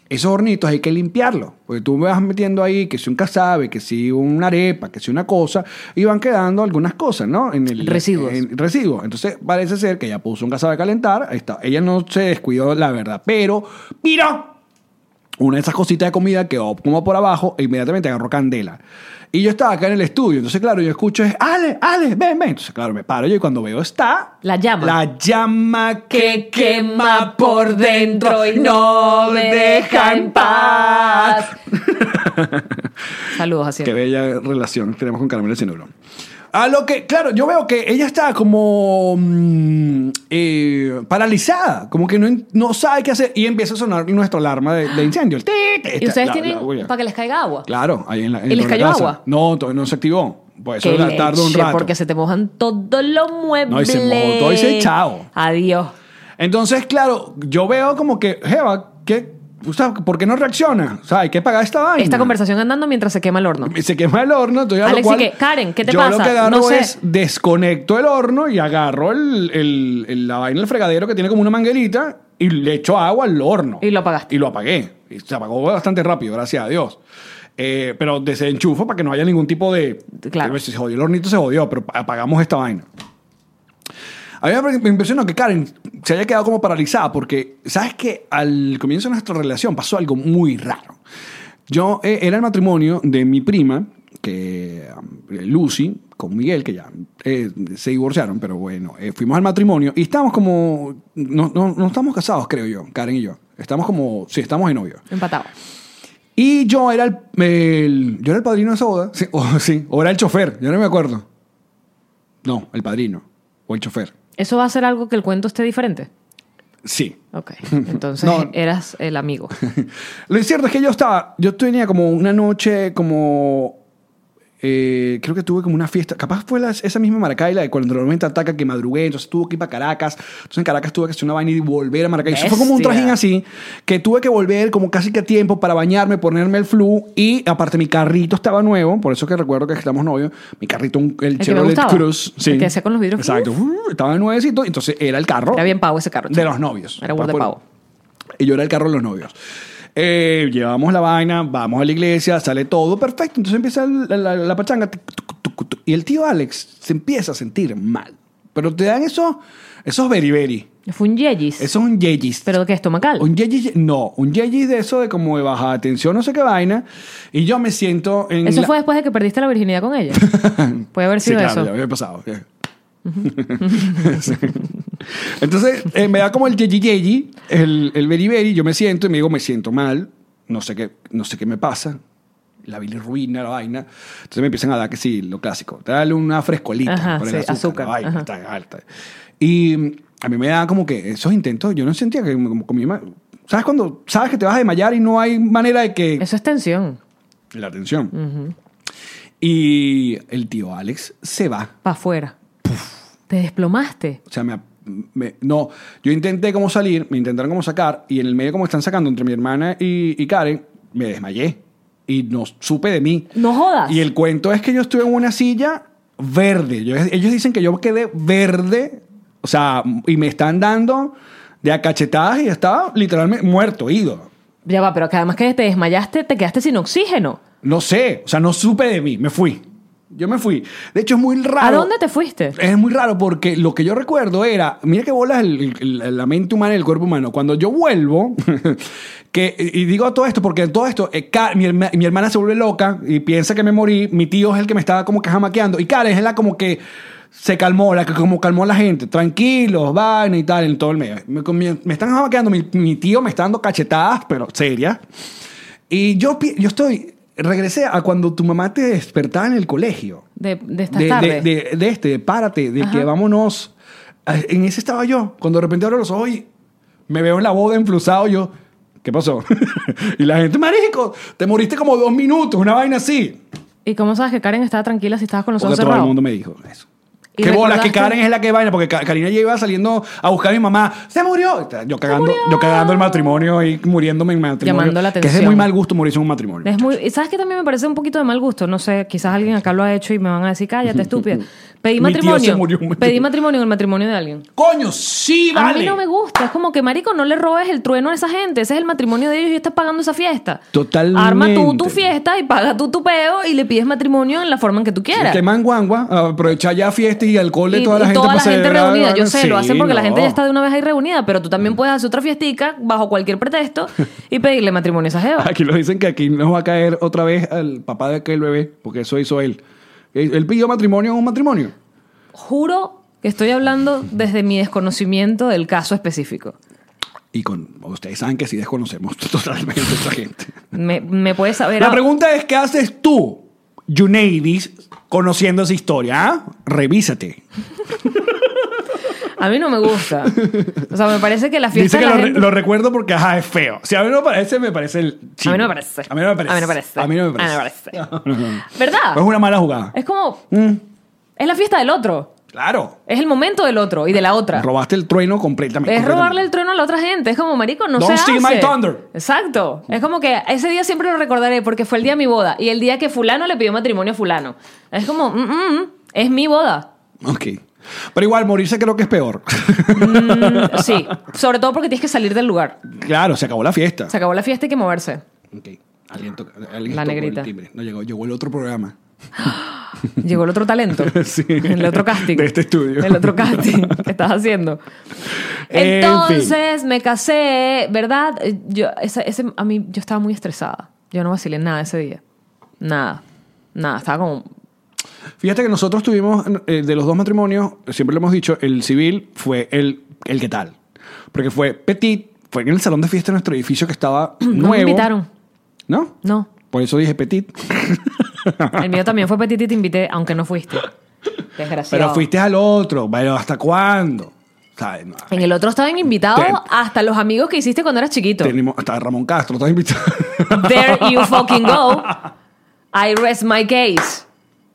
esos hornitos hay que limpiarlos, porque tú me vas metiendo ahí que si un casabe, que si una arepa, que si una cosa, y van quedando algunas cosas, ¿no? En el, Residuos. En, residuos. Entonces parece ser que ella puso un casabe a calentar, ahí está. ella no se descuidó, la verdad, pero, ¡piro! una de esas cositas de comida quedó como por abajo e inmediatamente agarró candela. Y yo estaba acá en el estudio, entonces claro, yo escucho es, Ale, Ale, ven, ven. Entonces claro, me paro yo y cuando veo está... La llama. La llama que quema por dentro y no me deja en paz. Saludos, así. Qué bella relación tenemos con Carmela Cinebro. A lo que, claro, yo veo que ella está como mm, eh, paralizada, como que no, no sabe qué hacer y empieza a sonar nuestra alarma de, de incendio. El ti, ti, Y esta- ustedes la- tienen la huella. para que les caiga agua. Claro, ahí en la. en ¿Y les la cayó casa. agua? No, todavía no se activó. Por eso Que la- tardó un leche, rato. Porque se te mojan todos los muebles. No, y se mojó todo y se chao. Adiós. Entonces, claro, yo veo como que, Jeva, ¿qué? O sea, ¿por qué no reacciona? O sea, hay que pagar esta vaina. Esta conversación andando mientras se quema el horno. Y se quema el horno. Entonces, a lo Alex, ¿y cual, qué? Karen, ¿qué te yo Lo pasa? que agarro No sé. es desconecto el horno y agarro el, el- el- la vaina, el fregadero que tiene como una manguerita y le echó agua al horno. Y lo apagaste. Y lo apagué. Y se apagó bastante rápido, gracias a Dios. Eh, pero desenchufo para que no haya ningún tipo de... Claro. Si se jodió el hornito, se jodió, pero apagamos esta vaina. A mí me- me impresionó que Karen se haya quedado como paralizada porque, ¿sabes que Al comienzo de nuestra relación pasó algo muy raro. Yo eh, era el matrimonio de mi prima, que um, Lucy, con Miguel, que ya eh, se divorciaron, pero bueno, eh, fuimos al matrimonio y estábamos como, no, no, no estamos casados, creo yo, Karen y yo. Estamos como, sí, estamos de novio. Empatado. Y yo era el, el- yo era el padrino de esa boda, sí, o, sí, o era el chofer, yo no me acuerdo. No, el padrino, o el chofer, ¿Eso va a ser algo que el cuento esté diferente? sí. Ok. Entonces No. eras el amigo. Lo cierto es que yo estaba, yo tenía como una noche como... eh, creo que tuve como una fiesta, capaz fue la- esa misma Maracay, la de cuando la tormenta ataca que madrugué, entonces tuve que ir para Caracas, entonces en Caracas tuve que hacer una vaina y volver a Maracay. Eso fue como un Bestia. trajín así, que tuve que volver como casi que a tiempo para bañarme, ponerme el flu y aparte mi carrito estaba nuevo, por eso que recuerdo que estamos novios, mi carrito, un- el, que me Chevrolet gustaba. Cruz. El que hacía con los vidrios. Exacto, uh, estaba nuevecito, entonces era el carro. Era bien pavo ese carro. De los novios. Era burda de Por- pavo. y yo era el carro de los novios. Eh, llevamos la vaina, vamos a la iglesia, sale todo perfecto. Entonces empieza la, la- la pachanga. tuc, tuc, tuc, tuc, Y el tío Alex se empieza a sentir mal. Pero te dan esos, esos beriberi. Fue un yeyis. Esos un yeyis. ¿Pero qué? ¿Estomacal? Un yeyis, no, un yeyis de eso de como de baja atención, no sé qué vaina. Y yo me siento en. Eso la- fue después de que perdiste la virginidad con ella. Puede haber Sí, sido claro, ya eso. había pasado. Sí. Entonces, eh, me da como el yeyi yeyi, el, el beriberi, yo me siento y me digo, me siento mal, no sé qué, no sé qué me pasa, la bilirruina, la vaina. Entonces me empiezan a dar que sí, lo clásico, dale una frescolita Ajá, por el sí, azúcar, azúcar, la vaina ajá. está alta. Y mm, a mí me da como que esos intentos, yo no sentía que como con mi ma- ¿Sabes cuando sabes que te vas a desmayar y no hay manera de que Eso es tensión. la tensión? Y el tío Alex se va Para afuera. Te desplomaste. O sea, me, me- no, yo intenté como salir, me intentaron como sacar, y en el medio como están sacando entre mi hermana y, y Karen, me desmayé. Y no supe de mí. No jodas. Y el cuento es que yo estuve en una silla verde. Yo- ellos dicen que yo quedé verde, o sea, y me están dando de acachetadas y estaba literalmente muerto, ido. Ya va, pero que además que te desmayaste, te quedaste sin oxígeno. No sé, o sea, no supe de mí, me fui. Yo me fui. De hecho, es muy raro. ¿A dónde te fuiste? Es muy raro porque lo que yo recuerdo era, mira que bolas el- el- la mente humana y el cuerpo humano. Cuando yo vuelvo, que, y digo todo esto porque todo esto, eh, Ka- mi, herma- mi hermana se vuelve loca y piensa que me morí, mi tío es el que me estaba como que jamaqueando y Karen es la como que se calmó, la que como calmó a la gente, tranquilos, vaina y tal, en todo el medio. Me, con mi- me están jamaqueando, mi, mi tío me está dando cachetadas, pero serias. Y yo, pi- yo estoy, regresé a cuando tu mamá te despertaba en el colegio De, de estas de, de, tardes. de- de este, de párate, de que vámonos. Ah, En ese estaba yo. Cuando de repente abro los ojos y me veo en la boda enflusado, yo, ¿qué pasó? y la gente, marico, te moriste como dos minutos, una vaina así. ¿Y cómo sabes que Karen estaba tranquila si estabas con los Porque ojos todo el cerrados? mundo me dijo eso. ¿Y Qué bolas, que recordaste? Karen es la que vaina, porque Ka- Karina ya iba saliendo a buscar a mi mamá. Se murió. Yo cagando, Yo cagando el matrimonio y muriéndome en matrimonio. Llamando la Que es de atención. muy mal gusto morirse en un matrimonio. Es muy, y ¿Sabes que también me parece un poquito de mal gusto? No sé, quizás alguien acá lo ha hecho y me van a decir, cállate, estúpida. Pedí Mi tío se matrimonio. murió un matrimonio. Pedí matrimonio en el matrimonio de alguien. Coño, sí, A vale. mí no me gusta. Es como que, marico, no le robes el trueno a esa gente. Ese es el matrimonio de ellos y estás pagando esa fiesta. Totalmente. Arma tú tu fiesta y paga tú tu peo y le pides matrimonio en la forma en que tú quieras. Que manguangua, aprovechar ya fiesta y alcohol de y, toda la y gente toda para la gente celebrar, reunida. Yo bueno, sé, lo sí, hacen porque la no. gente ya está de una vez ahí reunida, pero tú también puedes hacer otra fiestica bajo cualquier pretexto y pedirle matrimonio a esa jeva. Aquí lo dicen que aquí nos va a caer otra vez al papá de aquel bebé, porque eso hizo él. Él él pidió matrimonio en un matrimonio. Juro que estoy hablando desde mi desconocimiento del caso específico. Y con ustedes saben que sí desconocemos totalmente a esta gente. Me, me puedes saber. Ah, La a- pregunta es, ¿qué haces tú, Juneidis, conociendo esa historia? ah? Revísate. A mí no me gusta. O sea, me parece que la fiesta. Dice que de lo, la re- gente- lo recuerdo porque, ajá, es feo. Si a mí no me parece, me parece el A chino. mí no me parece. A mí no me parece. A mí no me parece. A mí no me A mí parece. no me parece. ¿Verdad? Es una mala jugada. Es como. Mm, Es la fiesta del otro. claro. Es el momento del otro y de la otra. Robaste el trueno completamente. Es robarle completamente. el trueno a la otra gente. Es como, marico, no Don't se steal hace. my thunder. Exacto. Es como que ese día siempre lo recordaré porque fue el día de mi boda y el día que fulano le pidió matrimonio a fulano. Es como, mm, mm, mm, es mi boda. Ok. Pero igual, morirse creo que es peor. Mm, sí, sobre todo porque tienes que salir del lugar. claro, se acabó la fiesta. Se acabó la fiesta, hay que moverse. Ok. Alguien, toca- alguien La tocó negrita. el timbre. No llegó, llegó el otro programa. Llegó el otro talento. Sí. El otro casting. De este estudio. El otro casting que estás haciendo. En fin. Entonces me casé, ¿verdad? Eh, Yo, esa- ese, a mí, yo estaba muy estresada. Yo no vacilé nada ese día. Nada. Nada. Estaba como. Fíjate que nosotros tuvimos, eh, de los dos matrimonios, siempre lo hemos dicho, el civil fue el, el que tal. Porque fue petit, fue en el salón de fiesta de nuestro edificio que estaba nuevo. No me invitaron. ¿No? No. Por eso dije petit. El mío también fue petit y te invité, aunque no fuiste. Desgraciado. Pero fuiste al otro. Bueno, ¿hasta cuándo? ¿Sabes? No. En el otro estaban invitados Te- hasta los amigos que hiciste cuando eras chiquito. Tenemos, hasta Ramón Castro, estás invitado. There you fucking go. I rest my case.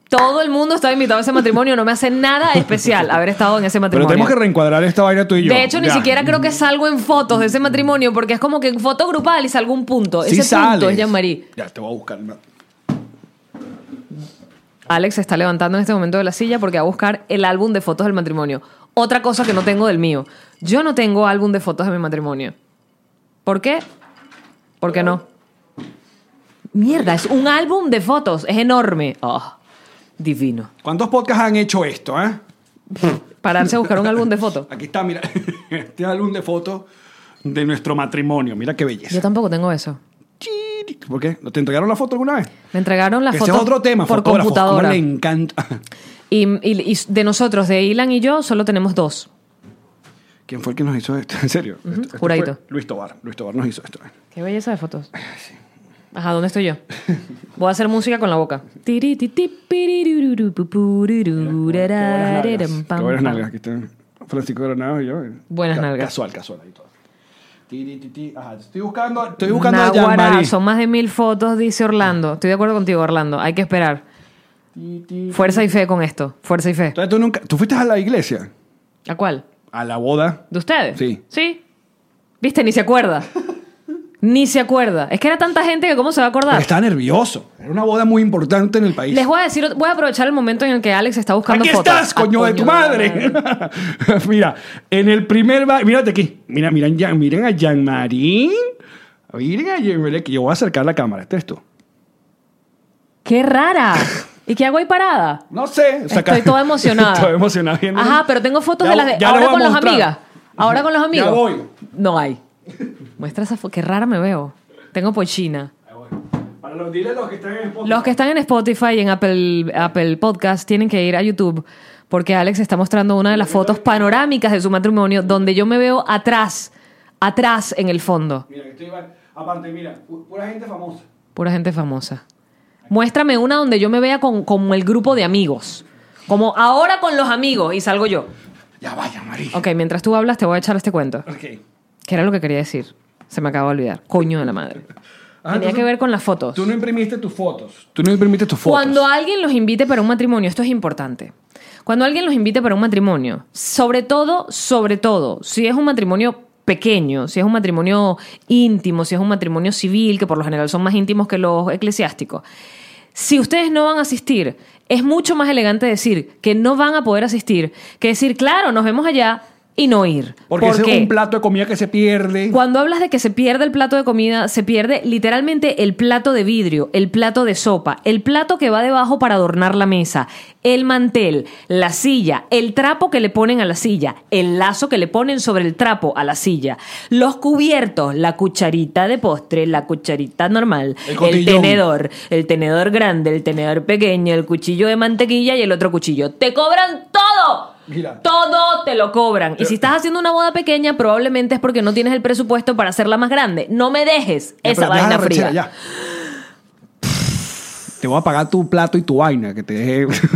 Todo el mundo estaba invitado a ese matrimonio. No me hace nada especial haber estado en ese Pero matrimonio. tenemos que reencuadrar esta vaina tú y yo. de hecho, ni Ya. siquiera creo que salgo en fotos de ese matrimonio porque es como que en foto grupal y salgo un punto. Sí ese punto sales. es Jean-Marie. Ya, te voy a buscar. ¿no? Alex se está levantando en este momento de la silla porque va a buscar el álbum de fotos del matrimonio. Otra cosa que no tengo del mío. Yo no tengo álbum de fotos de mi matrimonio. ¿Por qué? Porque no. Mierda, es un álbum de fotos. Es enorme. Oh, divino. ¿Cuántos podcasts han hecho esto, eh? Pararse a buscar un álbum de fotos. Aquí está, mira. Este álbum de fotos de nuestro matrimonio. Mira qué belleza. Yo tampoco tengo eso. Chiric. ¿Por qué? ¿Te entregaron la foto alguna vez? Me entregaron las Que ese fotos es otro tema, por fotógrafos. cómo computadora. le encanta. Y, y- y de nosotros, de Ilan y yo, solo tenemos dos. ¿Quién fue el que nos hizo esto? En serio. Esto- esto fue juradito. Luis Tobar. Luis Tobar nos hizo esto. eh. Qué belleza de fotos. Ajá, ¿dónde estoy yo? Voy a hacer música con la boca. Tirititi, pirirururu, pupururu, Qué rarararem, buenas nalgas. pam, Qué buenas pam. nalgas. Aquí está Francisco Granado y yo. eh. Buenas Ca- nalgas. Casual, casual. Ahí todo. Ti, ti, ti, ti. Ajá, estoy buscando, estoy buscando a Naguará, Jean-Marie. son más de mil fotos, dice Orlando. Estoy de acuerdo contigo, Orlando. Hay que esperar. Ti, ti. Fuerza y fe con esto. Fuerza y fe. Entonces tú nunca... ¿Tú fuiste a la iglesia? ¿A cuál? ¿A la boda? ¿De ustedes? Sí. ¿Sí? ¿Viste? Ni se acuerda. Ni se acuerda. Es que era tanta gente que cómo se va a Porque acordar. estaba nervioso. Era una boda muy importante en el país. Les voy a decir, voy a aprovechar el momento en el que Alex está buscando Aquí fotos. estás, coño Ah, de tu coño madre. mira, en el primer ba- mírate aquí. Mira, miren, Jan- miren a Jean Marín. Miren a Jean Marín. Yo voy a acercar la cámara. Este es tú. ¡Qué rara! ¿Y qué hago ahí parada? No sé. o sea, Estoy ca- toda emocionada. Estoy emocionada viendo. Ajá, pero tengo fotos Ya de las voy- de. ya Ahora voy a con las mostrar. amigas. Ahora con los amigos. voy. No hay. Muestra esa foto. Qué rara me veo. Tengo pochina. Para los, dile a los que están en el podcast. Los que están en Spotify y en Apple, Apple Podcast tienen que ir a YouTube porque Alex está mostrando una de las fotos panorámicas de su matrimonio donde yo me veo atrás, atrás en el fondo. Mira, que estoy aparte, mira, pu- pura gente famosa. Pura gente famosa. Muéstrame una donde yo me vea con, con el grupo de amigos. Como ahora con los amigos y salgo yo. Ya vaya, María. Ok, mientras tú hablas te voy a echar este cuento. Ok. Que era lo que quería decir. Se me acaba de olvidar. Coño de la madre. Ah, Tenía entonces, que ver con las fotos. Tú no imprimiste tus fotos. Tú no imprimiste tus fotos. Cuando alguien los invite para un matrimonio, esto es importante. Cuando alguien los invite para un matrimonio, sobre todo, sobre todo, si es un matrimonio pequeño, si es un matrimonio íntimo, si es un matrimonio civil, que por lo general son más íntimos que los eclesiásticos. Si ustedes no van a asistir, es mucho más elegante decir que no van a poder asistir que decir, claro, nos vemos allá y no ir. Porque ¿Por ese qué? es un plato de comida que se pierde. Cuando hablas de que se pierde el plato de comida, se pierde literalmente el plato de vidrio, el plato de sopa, el plato que va debajo para adornar la mesa, el mantel, la silla, el trapo que le ponen a la silla, el lazo que le ponen sobre el trapo a la silla, los cubiertos, la cucharita de postre, la cucharita normal, El el, cotillón. tenedor, el tenedor grande, el tenedor pequeño, el cuchillo de mantequilla y el otro cuchillo. ¡Te cobran todo! Mira. Eh. Todo te lo cobran. Y si estás haciendo una boda pequeña, probablemente es porque no tienes el presupuesto para hacerla más grande. No me dejes Ya, pero esa deja la vaina rechera, fría. ya. Te voy a pagar tu plato y tu vaina que te dejé.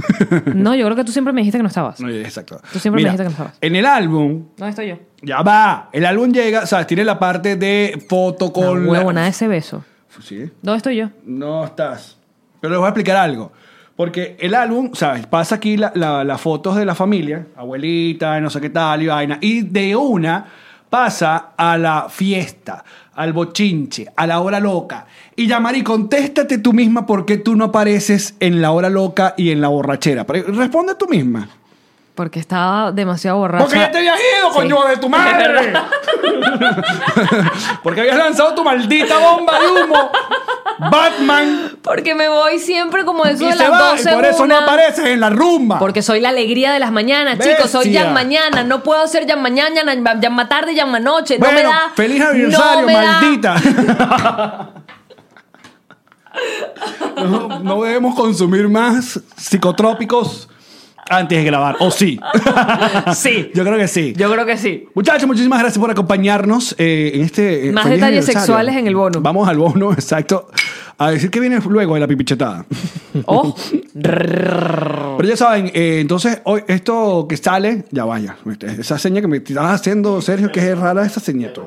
No, yo creo que tú siempre me dijiste que no estabas. No, exacto. Tú siempre me dijiste que no estabas. En el álbum, No estoy yo. ya va. El álbum llega, sabes, tiene la parte de foto No, con. la- huevo, nada de ese beso. Sí, ¿Dónde estoy yo? no estás. Pero les voy a explicar algo. Porque el álbum, sabes, pasa aquí la- la- las fotos de la familia, abuelita, no sé qué tal y vaina. Y de una pasa a la fiesta, al bochinche, a la hora loca. Y Yamari, contéstate tú misma por qué tú no apareces en la hora loca y en la borrachera. Pero Responde tú misma. Porque estaba demasiado borracha. Porque ya te habías ido, coño, de tu madre. Porque habías lanzado tu maldita bomba de humo. Batman. Porque me voy siempre como y eso de se las va, 12 y por eso no una. apareces en la rumba. Porque soy la alegría de las mañanas, chicos. Soy Ah. Bestia. Jan Mañana. No puedo ser Jan Mañana, Jan Jan Matarde, Jan Manoche. No me bueno, da. feliz no aniversario, me da. maldita. no, no debemos consumir más psicotrópicos antes de grabar. ¿O sí? Sí. Yo creo que sí. Yo creo que sí. Muchachos, muchísimas gracias por acompañarnos eh, en este. eh, Más feliz detalles aniversario. sexuales en el bono. Vamos al bono, exacto. A decir que viene luego de la pipichetada. Oh. Pero ya saben, eh, entonces, hoy, esto que sale, ya vaya. Este, Esa seña que me estabas haciendo, Sergio, que es rara esa seña. tú.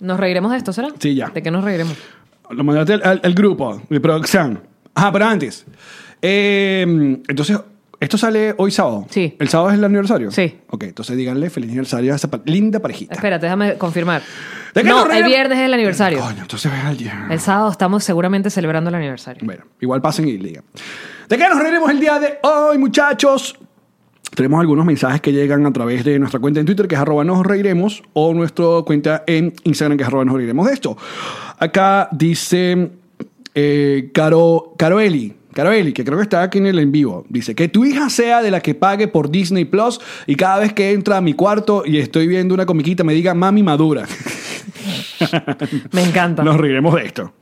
¿Nos reiremos de esto, será? Sí, ya. ¿De qué nos reiremos? Lo mandaste al, al- al grupo de producción. Ajá, pero antes. Eh, entonces, esto sale hoy sábado. Sí. ¿El sábado es el aniversario? Sí. Ok, entonces díganle feliz aniversario a esa pa- linda parejita. Espérate, déjame confirmar. ¿De qué nos No, el reiremos? viernes es el aniversario. Coño, entonces ve al día. El sábado estamos seguramente celebrando el aniversario. Bueno, igual pasen y digan. ¿De qué nos reiremos el día de hoy, muchachos? Tenemos algunos mensajes que llegan a través de nuestra cuenta en Twitter, que es arroba nos reiremos, o nuestra cuenta en Instagram, que es arroba nos reiremos de esto. Acá dice eh, Caro, Caroeli. Caroeli, que creo que está aquí en el en vivo, dice que tu hija sea de la que pague por Disney Plus y cada vez que entra a mi cuarto y estoy viendo una comiquita me diga mami madura. Me encanta. Nos reiremos de esto.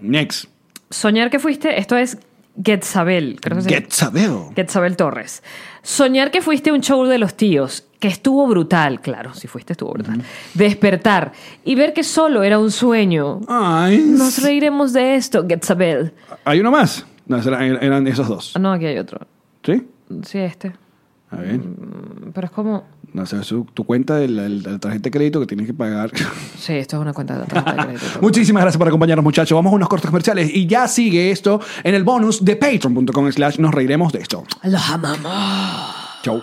Next. Soñar que fuiste, esto es Getzabel. Creo que se llama. Get Sabeo. Getzabel Torres. Soñar que fuiste a un show de los tíos, que estuvo brutal, claro, si fuiste estuvo brutal. Despertar y ver que solo era un sueño. Ay. Nos reiremos de esto, Getzabel. ¿Hay uno más? No, será- er- eran, esos dos. Ah, No, aquí hay otro. ¿Sí? Sí, este. A ver. Pero es como... No sé, su- tu cuenta de la, de la tarjeta de crédito que tienes que pagar. Sí, esto es una cuenta de tarjeta de crédito. Muchísimas gracias por acompañarnos, muchachos. Vamos a unos cortes comerciales y ya sigue esto en el bonus de patreon.com slash nos reiremos de esto. Los amamos. Chau.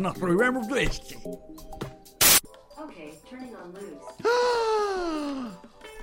Nos Reiremos de Esto.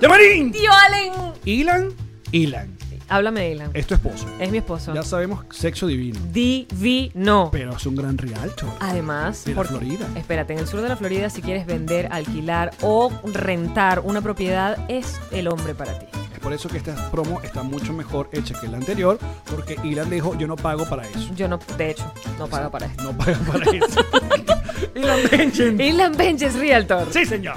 ¡Llamarín! ¡Tío Allen! Ilan, Ilan, Háblame de Ilan. es tu esposo. Es mi esposo. Ya sabemos, sexo divino. Divino. Pero es un gran rialto. Además, De la Florida. espérate, en el sur de la Florida, si quieres vender, alquilar o rentar una propiedad, es el hombre para ti. Es por eso que esta promo está mucho mejor hecha que la anterior, porque Ilan dijo, yo no pago para eso. Yo no, de hecho, no pago para esto. No paga para eso. y la mention. Ilan Benches Realtor. Sí, señor.